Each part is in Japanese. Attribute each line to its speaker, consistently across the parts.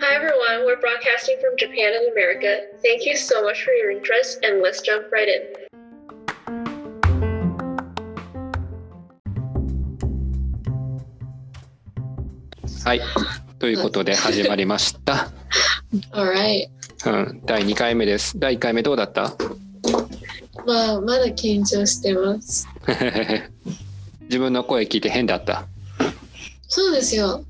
Speaker 1: Hi everyone, we're broadcasting from Japan and America. Thank you so much for your interest and let's jump right in.
Speaker 2: はい。ということで始まりました。
Speaker 1: All right.
Speaker 2: うん、第2回目です。第1回目どうだった
Speaker 1: まあ、まだ緊張してます。
Speaker 2: 自分の声聞いて変だった。
Speaker 1: そうですよ。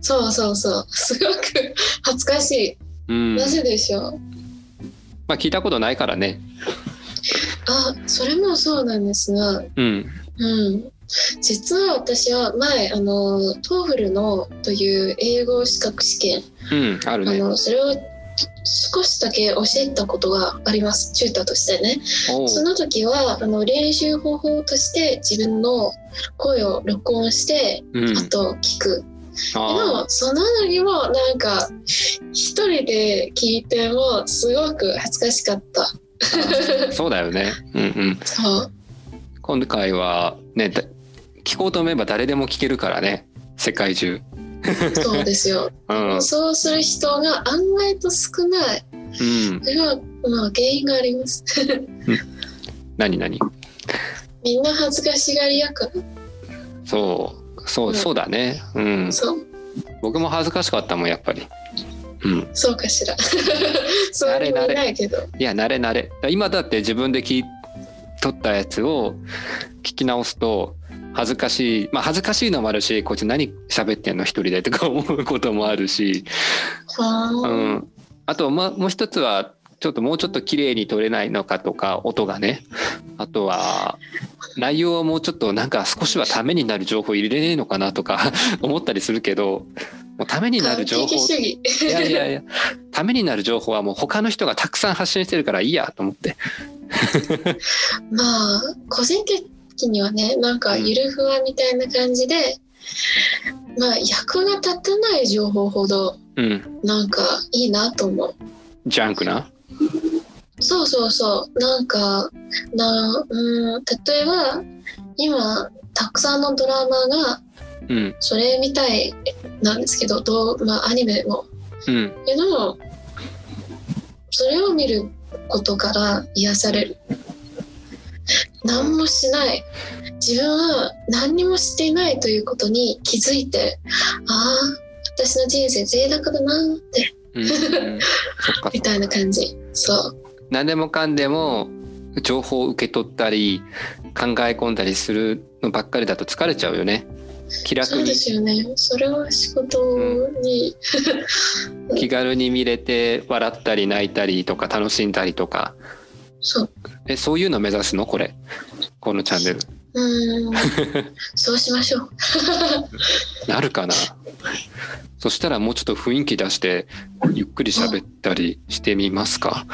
Speaker 1: そうそうそう。すごく恥ずかし
Speaker 2: うん
Speaker 1: い。。なぜでしょう。
Speaker 2: まあ聞いたことないからね。
Speaker 1: あ、それもそうなんですが、
Speaker 2: うん。
Speaker 1: うん。実は私は前、あの、トーフルのという英語資格試験、
Speaker 2: うん、ある
Speaker 1: あ
Speaker 2: ね。
Speaker 1: の、それを少しだけ教えたことがあります。チューターとしてね。
Speaker 2: おう
Speaker 1: その時はあの練習方法として自分の声を録音して、
Speaker 2: うん
Speaker 1: あ。と聞く。で
Speaker 2: あ
Speaker 1: もそののにもなんか一人で聞いてもすごく恥ずかしかった。
Speaker 2: ーそうだよね。うんうん。
Speaker 1: そう
Speaker 2: 今回はね、だ聞こうと思えば誰でも聞けるからね。世界中。
Speaker 1: そうですよ。
Speaker 2: うん。
Speaker 1: そうする人が案外と少ない。
Speaker 2: うん。
Speaker 1: それはまあ原因があります。
Speaker 2: 何何
Speaker 1: みんな恥ずかしがりやか
Speaker 2: そう。そうう、
Speaker 1: ん
Speaker 2: そうだね。うん
Speaker 1: ら。。そう
Speaker 2: 僕も恥ずかしかったもん、やっぱり。うん。
Speaker 1: そうかしら。 そう言われないけど。
Speaker 2: いや慣れ慣れ今だって自分で聞い取ったやつを聞き直すと恥ずかしいまあ恥ずかしいのもあるしこいつ何喋ってんの一人でとか思うこともあるし、
Speaker 1: は
Speaker 2: う
Speaker 1: ー
Speaker 2: ん、あと、ま、もう一つはちょっともうちょっと綺麗に取れないのかとか音がねあとは内容はもうちょっとなんか少しはためになる情報入れれねえのかなとか思ったりするけどもうためになる情
Speaker 1: 完
Speaker 2: 報
Speaker 1: 璧主義。
Speaker 2: いやいやいやためになる情報はもう他の人がたくさん発信してるからいいやと思って。
Speaker 1: まあ個人的にはねなんかゆるふわみたいな感じで、まあ役が立たない情報ほど
Speaker 2: うん、
Speaker 1: なんかいいなと思う。
Speaker 2: ジャンクな。
Speaker 1: そうそうそうなんかなうん例えば今たくさんのドラマが
Speaker 2: うん、
Speaker 1: それみたいなんですけどどう、まあ、アニメでも
Speaker 2: うん、
Speaker 1: けどそれを見ることから癒される何もしない自分は何にもしていないということに気づいてああ私の人生贅沢だなって
Speaker 2: うん、うんそっか。
Speaker 1: みたいな感じそう
Speaker 2: 何でもかんでも情報を受け取ったり考え込んだりするのばっかりだと疲れちゃうよね。気楽
Speaker 1: そう
Speaker 2: に
Speaker 1: ですよねそれは仕事に、よ
Speaker 2: 気軽に見れて笑ったり泣いたりとか楽しんだりとか。
Speaker 1: そう
Speaker 2: え、そういうの目指すのこれ。このチャンネル。
Speaker 1: うーんそうしましょう
Speaker 2: なるかなそしたらもうちょっと雰囲気出してゆっくり喋ったりしてみますか。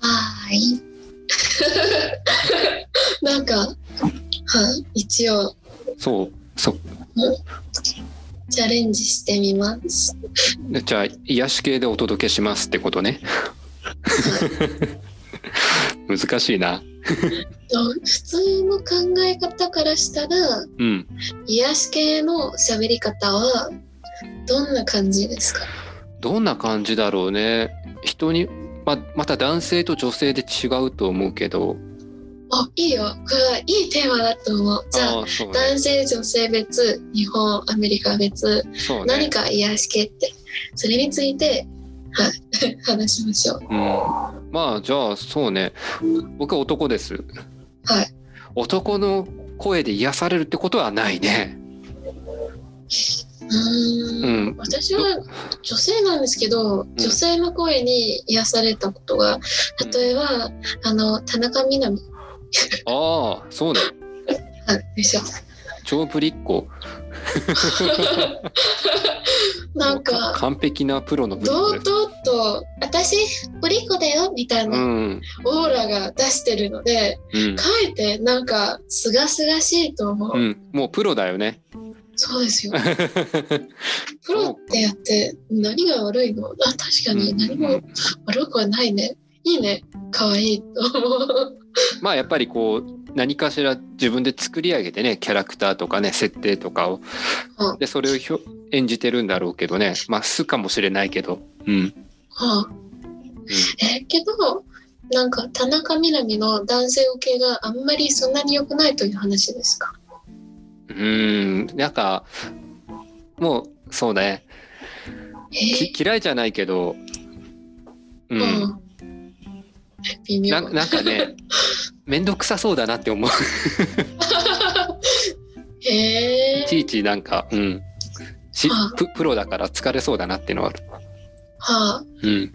Speaker 1: はーい。 なんか、はい、一応
Speaker 2: そう。そ
Speaker 1: チャレンジしてみます。
Speaker 2: じゃあ癒し系でお届けしますってこと ね。難しいな。
Speaker 1: と普通の考え方からしたら、
Speaker 2: うん。
Speaker 1: 癒し系の喋り方はどんな感じですか
Speaker 2: どんな感じだろうね。人に、ま、また男性と女性で違うと思うけど。
Speaker 1: あ、いいよ。これはいいテーマだと思う。じ
Speaker 2: あ
Speaker 1: ゃあ、
Speaker 2: ー、そうね。
Speaker 1: 男性、女性別、日本、アメリカ別、
Speaker 2: そう
Speaker 1: 何
Speaker 2: ね。
Speaker 1: か癒し系って、それについて、はい、 話しましょう。
Speaker 2: うん。まあ、じゃあ、そうね。僕は男です。
Speaker 1: はい。
Speaker 2: 男の声で癒されるってことはないね。
Speaker 1: うーん
Speaker 2: うん。
Speaker 1: 私は女性なんですけど、女性の声に癒されたことが
Speaker 2: うん
Speaker 1: 例えば、あの田中みな実
Speaker 2: ああ、そうね。
Speaker 1: あでしょ
Speaker 2: 超ぶりっ子。
Speaker 1: なん
Speaker 2: もう
Speaker 1: か
Speaker 2: 完璧なプロのぶりっ子
Speaker 1: 堂
Speaker 2: で
Speaker 1: 々
Speaker 2: す。。
Speaker 1: と「私ブリコだよ」みたいうなんオーラが出してるので、
Speaker 2: うん。
Speaker 1: かえってなんかすがすがしいと思う、
Speaker 2: うん、もうプロだよね。
Speaker 1: そうです よプロってやって何が悪いのあ確かに何
Speaker 2: う
Speaker 1: も
Speaker 2: ん
Speaker 1: 悪くはないねいいね可愛いと思う
Speaker 2: まあやっぱりこう何かしら自分で作り上げてねキャラクターとかね設定とかを
Speaker 1: うん
Speaker 2: でそれをひょ演じてるんだろうけどねまあ素かもしれないけどうん
Speaker 1: はあえけどなんか田中みな実の男性受けがあんまりそんなに良くないという話ですか
Speaker 2: うんうんなんかもうそうね
Speaker 1: え
Speaker 2: き
Speaker 1: ー
Speaker 2: 嫌いじゃないけどう
Speaker 1: うんん微妙
Speaker 2: ななんかね面倒くさそうだなって思う
Speaker 1: へえ
Speaker 2: いちいちなんかうんし
Speaker 1: あ
Speaker 2: ププロだから疲れそうだなっていうのはある
Speaker 1: はあ
Speaker 2: うん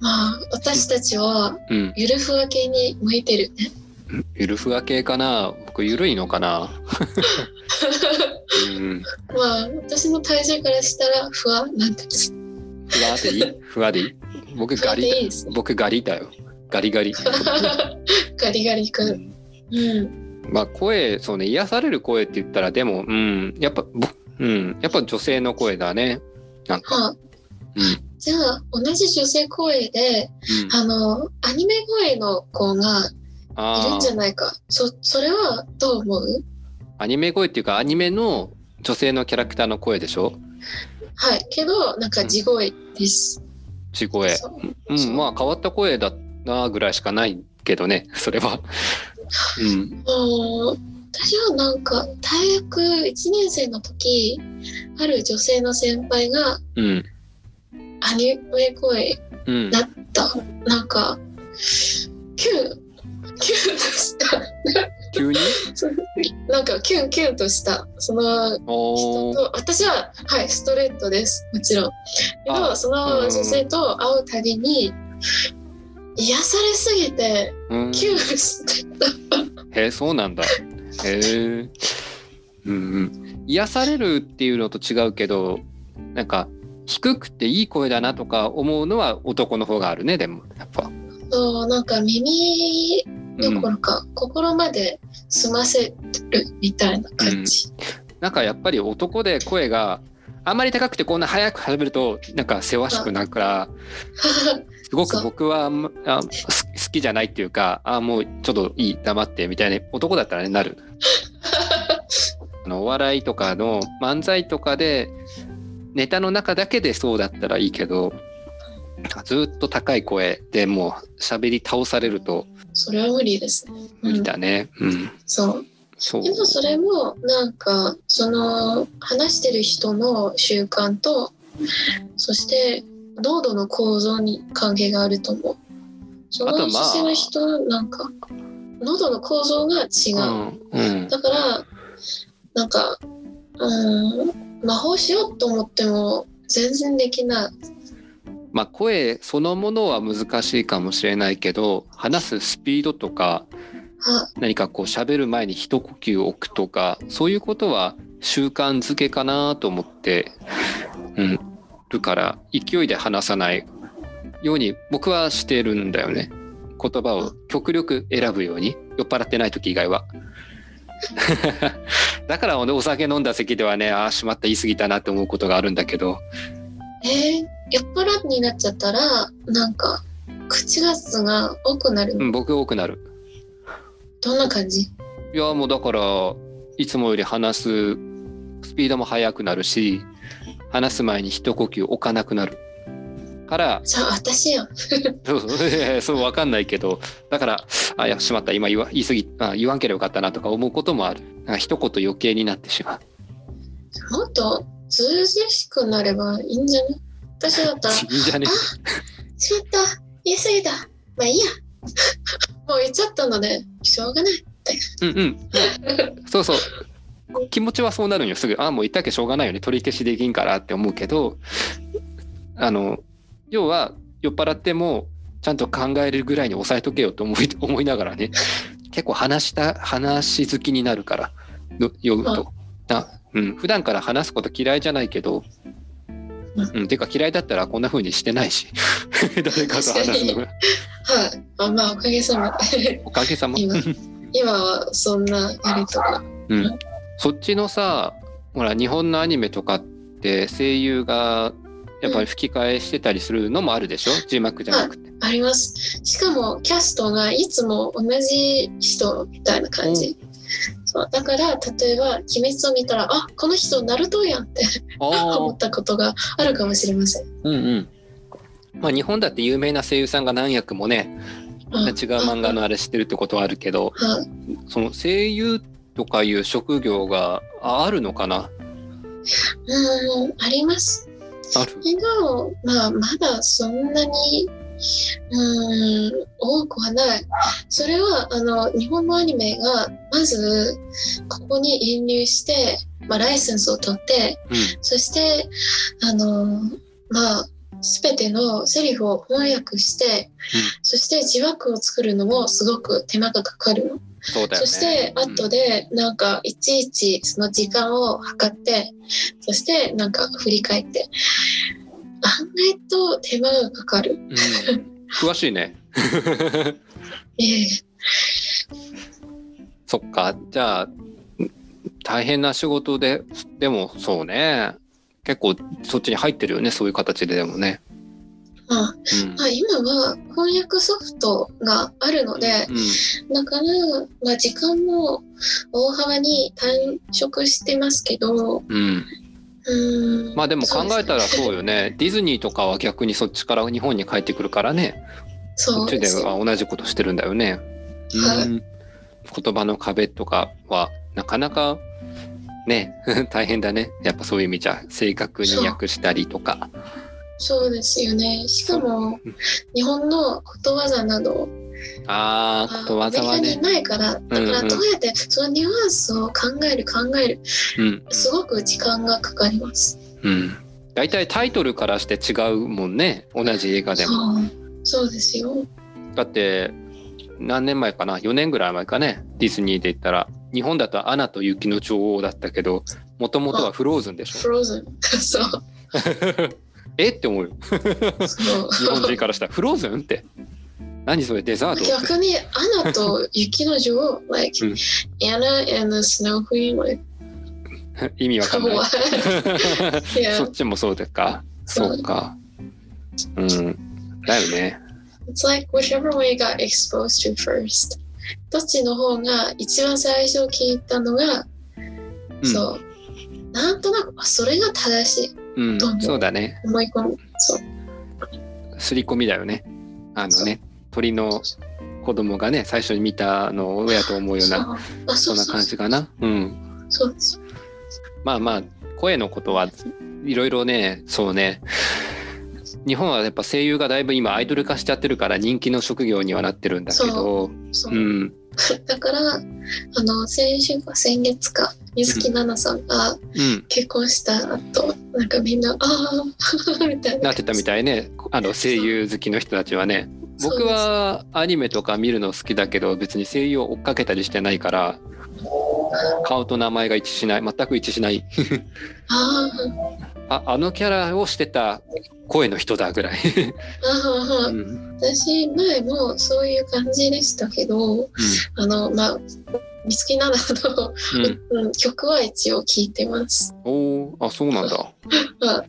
Speaker 1: まあ私たちは
Speaker 2: うん
Speaker 1: ゆるふわ系に向いてるね
Speaker 2: ゆるふわ系かな僕ゆるいのか なうん
Speaker 1: まあ私の体重からしたらふわなんてです
Speaker 2: ふわでいいふわでいい僕
Speaker 1: ふ
Speaker 2: ガ
Speaker 1: わ
Speaker 2: リ
Speaker 1: でいいですね
Speaker 2: 僕ガリだよガリガリ
Speaker 1: ガリガリ君うん
Speaker 2: まあ声そうね癒される声って言ったらでもうんやっぱぼうんやっぱ女性の声だねなんか
Speaker 1: はあ
Speaker 2: うん
Speaker 1: じゃあ同じ女性声で
Speaker 2: うん
Speaker 1: あのアニメ声の子がいるん
Speaker 2: あ
Speaker 1: じゃないかそそれはどう思う
Speaker 2: あアニメ声っていうかアニメの女性のキャラクターの声でしょ
Speaker 1: はいけどなんか地声です、
Speaker 2: 地声
Speaker 1: そう
Speaker 2: うんまあ変わった声だなぐらいしかないけどねそれ はうん
Speaker 1: あー私はなんか大学1年生の時ある女性の先輩が
Speaker 2: うん
Speaker 1: アニメ声
Speaker 2: うん
Speaker 1: だったなんかキュンキュンとした
Speaker 2: 急に
Speaker 1: なんかキュンキュンとしたその
Speaker 2: お
Speaker 1: 人
Speaker 2: ー
Speaker 1: と私ははいストレートですもちろんけ
Speaker 2: あ
Speaker 1: どその女性と会うたびに癒されすぎて
Speaker 2: うん
Speaker 1: キュンして
Speaker 2: へえそうなんだ。へえ。うんうん。癒されるっていうのと違うけど、なんか低くていい声だなとか思うのは男の方があるね。でもやっぱ。
Speaker 1: そうなんか耳
Speaker 2: う
Speaker 1: どこ
Speaker 2: ん。
Speaker 1: ろか、心まで済ませるみたいな感じ、
Speaker 2: なんかやっぱり男で声があんまり高くてこんな早く始めるとなんかせわしくなるから、すごく僕はあんまあす好きじゃないっていうか、あもうちょっといい黙ってみたいな男だったらねなる。 あのお笑いとかの漫才とかでネタの中だけでそうだったらいいけどずっと高い声でもう喋り倒されると
Speaker 1: それは無理ですね、
Speaker 2: 無理
Speaker 1: うん
Speaker 2: だね。うん、
Speaker 1: そう
Speaker 2: そう
Speaker 1: でもそれもなんかその話してる人の習慣とそして濃度の構造に関係があると思うそ
Speaker 2: あと
Speaker 1: の
Speaker 2: はまあ
Speaker 1: 女性の人なんか喉の構造が違
Speaker 2: う
Speaker 1: う、
Speaker 2: んうん
Speaker 1: だからなんかうん魔法しようと思っても全然できない
Speaker 2: まあ、声そのものは難しいかもしれないけど話すスピードとか
Speaker 1: あ
Speaker 2: 何かこう喋る前に一呼吸置くとかそういうことは習慣づけかなと思って、うん、るから勢いで話さないように僕はしてるんだよね言葉を極力選ぶように酔っ払ってない時以外は だからお酒飲んだ席ではねああしまった言い過ぎたなって思うことがあるんだけど
Speaker 1: えー、酔っ払になっちゃったらなんか口数が多くなる
Speaker 2: う
Speaker 1: の
Speaker 2: ん僕多くなる
Speaker 1: どんな感じ
Speaker 2: いやもうだからいつもより話すスピードも速くなるし話す前に一呼吸置かなくなるから
Speaker 1: じゃあ私やん
Speaker 2: そうそういやいやそう分かんないけどだからあいやしまった今言わ言い過ぎあ言わんければよかったなとか思うこともあるなんか一言余計になってしまう、
Speaker 1: もっとずうずうしくなればいいんじゃない私だった ら
Speaker 2: いいんじゃね
Speaker 1: しまった、言い過ぎた、まあいいや。 もう言っちゃったので、しょうがない。
Speaker 2: うんうんもうそうそう気持ちはそうなるんよすぐあもう言ったけしょうがないよね取り消しできんからって思うけどあの要は酔っ払ってもちゃんと考えるぐらいに抑えとけよと思い 思いながらね結構話した話好きになるからの酔うと。なうん、普段から話すこと嫌いじゃないけど、うん、てか嫌いだったらこんな風にしてないし 誰か と話すのが
Speaker 1: はい、あまあおかげさまで
Speaker 2: おかげさま
Speaker 1: 今今はそんなやりと
Speaker 2: う
Speaker 1: り。
Speaker 2: ん、そっちのさほら日本のアニメとかって声優がやっぱり吹き替えしてたりするのもあるでしょ字幕じゃなくて、
Speaker 1: ありますしかもキャストがいつも同じ人みたいな感じ、そうだから例えば「鬼滅」を見たら「あこの人ナルトやん」って
Speaker 2: あ
Speaker 1: 思
Speaker 2: あ
Speaker 1: ったことがあるかもしれません。
Speaker 2: うんうんまあ日本だって有名な声優さんが何役もね
Speaker 1: あ
Speaker 2: 違う漫画のあれしてるってことはあるけど
Speaker 1: はい
Speaker 2: その声優とかいう職業がああるのかな
Speaker 1: うんあります
Speaker 2: ある
Speaker 1: けど、まあ、まだそんなに、うん、多くはない。それは、あの、日本のアニメが、まず、ここに引入して、まあ、ライセンスを取って、
Speaker 2: うん
Speaker 1: そして、あの、まあ、すべてのセリフを翻訳して、
Speaker 2: うん
Speaker 1: そして字幕を作るのもすごく手間がかかるの。
Speaker 2: そうだよ
Speaker 1: そ
Speaker 2: ね
Speaker 1: して後でなんかいちいちその時間を計ってそしてなんか振り返って案外と手間がかかる
Speaker 2: うんうん詳しいね
Speaker 1: ええ
Speaker 2: そっかじゃあ大変な仕事ででもそうね結構そっちに入ってるよねそういう形ででもね、
Speaker 1: まあ、
Speaker 2: うん
Speaker 1: まあ今は翻訳ソフトがあるので
Speaker 2: うん
Speaker 1: だからまあ時間も大幅に短縮してますけどう
Speaker 2: うん、
Speaker 1: ーん
Speaker 2: まあでも考えたら
Speaker 1: そう
Speaker 2: そうよねディズニーとかは逆にそっちから日本に帰ってくるからねそ
Speaker 1: そ
Speaker 2: っ
Speaker 1: う
Speaker 2: ち
Speaker 1: で
Speaker 2: です
Speaker 1: よ
Speaker 2: は同じことしてるんだよね、
Speaker 1: はい
Speaker 2: うん言葉の壁とかはなかなかね 大変だねやっぱそういう意味じゃ正確に訳したりとか
Speaker 1: そうですよねしかも
Speaker 2: うん
Speaker 1: 日本のことわざなど
Speaker 2: ああことわざは
Speaker 1: アメリ
Speaker 2: ね
Speaker 1: カにないからだか
Speaker 2: うんう
Speaker 1: ら
Speaker 2: ん
Speaker 1: どうやってそのニュアンスを考える考える
Speaker 2: うん
Speaker 1: すごく時間がかかります
Speaker 2: うん大体タイトルからして違うもんね同じ映画で
Speaker 1: そ
Speaker 2: も
Speaker 1: うそうですよ
Speaker 2: だって何年前かな4年ぐらい前かねディズニーで言ったら日本だと「アナと雪の女王」だったけどもともとは「フローズン」でし
Speaker 1: フ
Speaker 2: ょ
Speaker 1: ローズン そう
Speaker 2: えって思うよ
Speaker 1: そう
Speaker 2: 日本人から したら「フローズン?」って何それデザートって
Speaker 1: 逆にアナと雪の女 王 like
Speaker 2: うん
Speaker 1: Anna and the Snow Queen like
Speaker 2: 意 味わ かんない
Speaker 1: yeah
Speaker 2: そっちもそうですか
Speaker 1: そ
Speaker 2: そううかうんだよね
Speaker 1: it's like whichever one you got exposed to first どっちの方が一番最初聞いたのが、
Speaker 2: うん
Speaker 1: そうなんとなくあそれが正しい
Speaker 2: うん
Speaker 1: どんどん
Speaker 2: そうだね
Speaker 1: 思い込むそう
Speaker 2: 刷り込みだよねあのね鳥の子供がね最初に見たのを親と思うような
Speaker 1: あ
Speaker 2: そ
Speaker 1: そうん
Speaker 2: な
Speaker 1: そう
Speaker 2: 感じかなうん
Speaker 1: そうです。
Speaker 2: まあまあ声のことはいろいろねそうね日本はやっぱ声優がだいぶ今アイドル化しちゃってるから人気の職業にはなってるんだけど
Speaker 1: そう
Speaker 2: う、ん
Speaker 1: だから、あの、先週か先月か、水木奈々さんが
Speaker 2: うん
Speaker 1: 結婚した後、なんかみんな、ああ、 みたいな。
Speaker 2: なってたみたいねあの声優好きの人たちはね僕はアニメとか見るの好きだけど別に声優を追っかけたりしてないから顔と名前が一致しない全く一致しない
Speaker 1: あー
Speaker 2: ああのキャラをしてた声の人だぐら い、
Speaker 1: あ
Speaker 2: う
Speaker 1: ー、
Speaker 2: んうん
Speaker 1: 私、前もそういう感じでしたけど、あの、まあ、水木奈々の、
Speaker 2: うん、
Speaker 1: うん、曲は一応聴いてます。
Speaker 2: おおあそうなんだ
Speaker 1: まあ、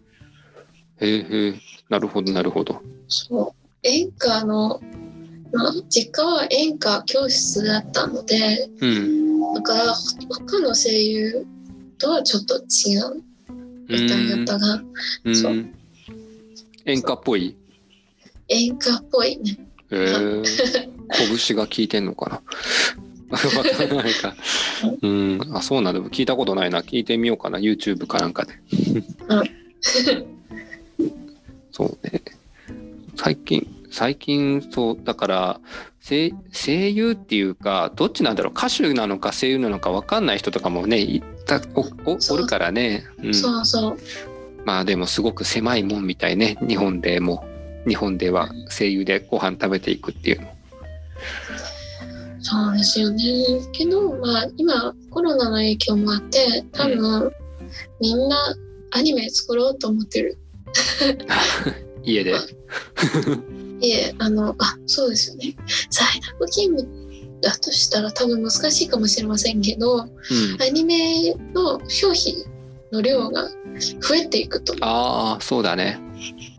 Speaker 2: へえへえなるほどなるほど
Speaker 1: そう。演歌の、まあ、実家は演歌教室だったので、
Speaker 2: うん
Speaker 1: だから他の声優とはちょっと違う
Speaker 2: う
Speaker 1: 歌い
Speaker 2: ん
Speaker 1: 方がそう
Speaker 2: 演歌っぽい
Speaker 1: 演歌っぽいね。
Speaker 2: へえ拳が効いてんのかな わかんないかうんあそうなんだ聞いたことないな聞いてみようかな YouTube かなんかでそうね最近最近そうだから声声優っていうかどっちなんだろう歌手なのか声優なのか分かんない人とかもねいたおお
Speaker 1: そう
Speaker 2: おるからね、うん、
Speaker 1: そうそう。
Speaker 2: まあでもすごく狭いもんみたいね日本でも日本では声優でご飯食べていくっていうの
Speaker 1: そうですよね。けど、まあ今コロナの影響もあって、多分みんなアニメ作ろうと思ってる。
Speaker 2: 家で
Speaker 1: いえ、あの、あ、そうですよね。 在宅勤務だとしたら多分難しいかもしれませんけど、
Speaker 2: うん、
Speaker 1: アニメの商品の量が増えていくと。
Speaker 2: ああそうだね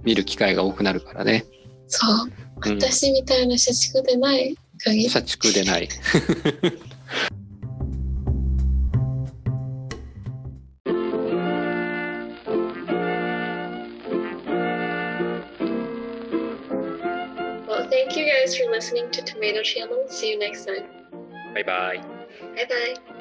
Speaker 2: 見る機会が多くなるからね
Speaker 1: そう
Speaker 2: うん、
Speaker 1: 私みたいな社畜でない限り
Speaker 2: 社畜でない。
Speaker 1: Well, thank you guys for listening to Tomato Channel. See you next time.
Speaker 2: バイバイ。
Speaker 1: Bye bye.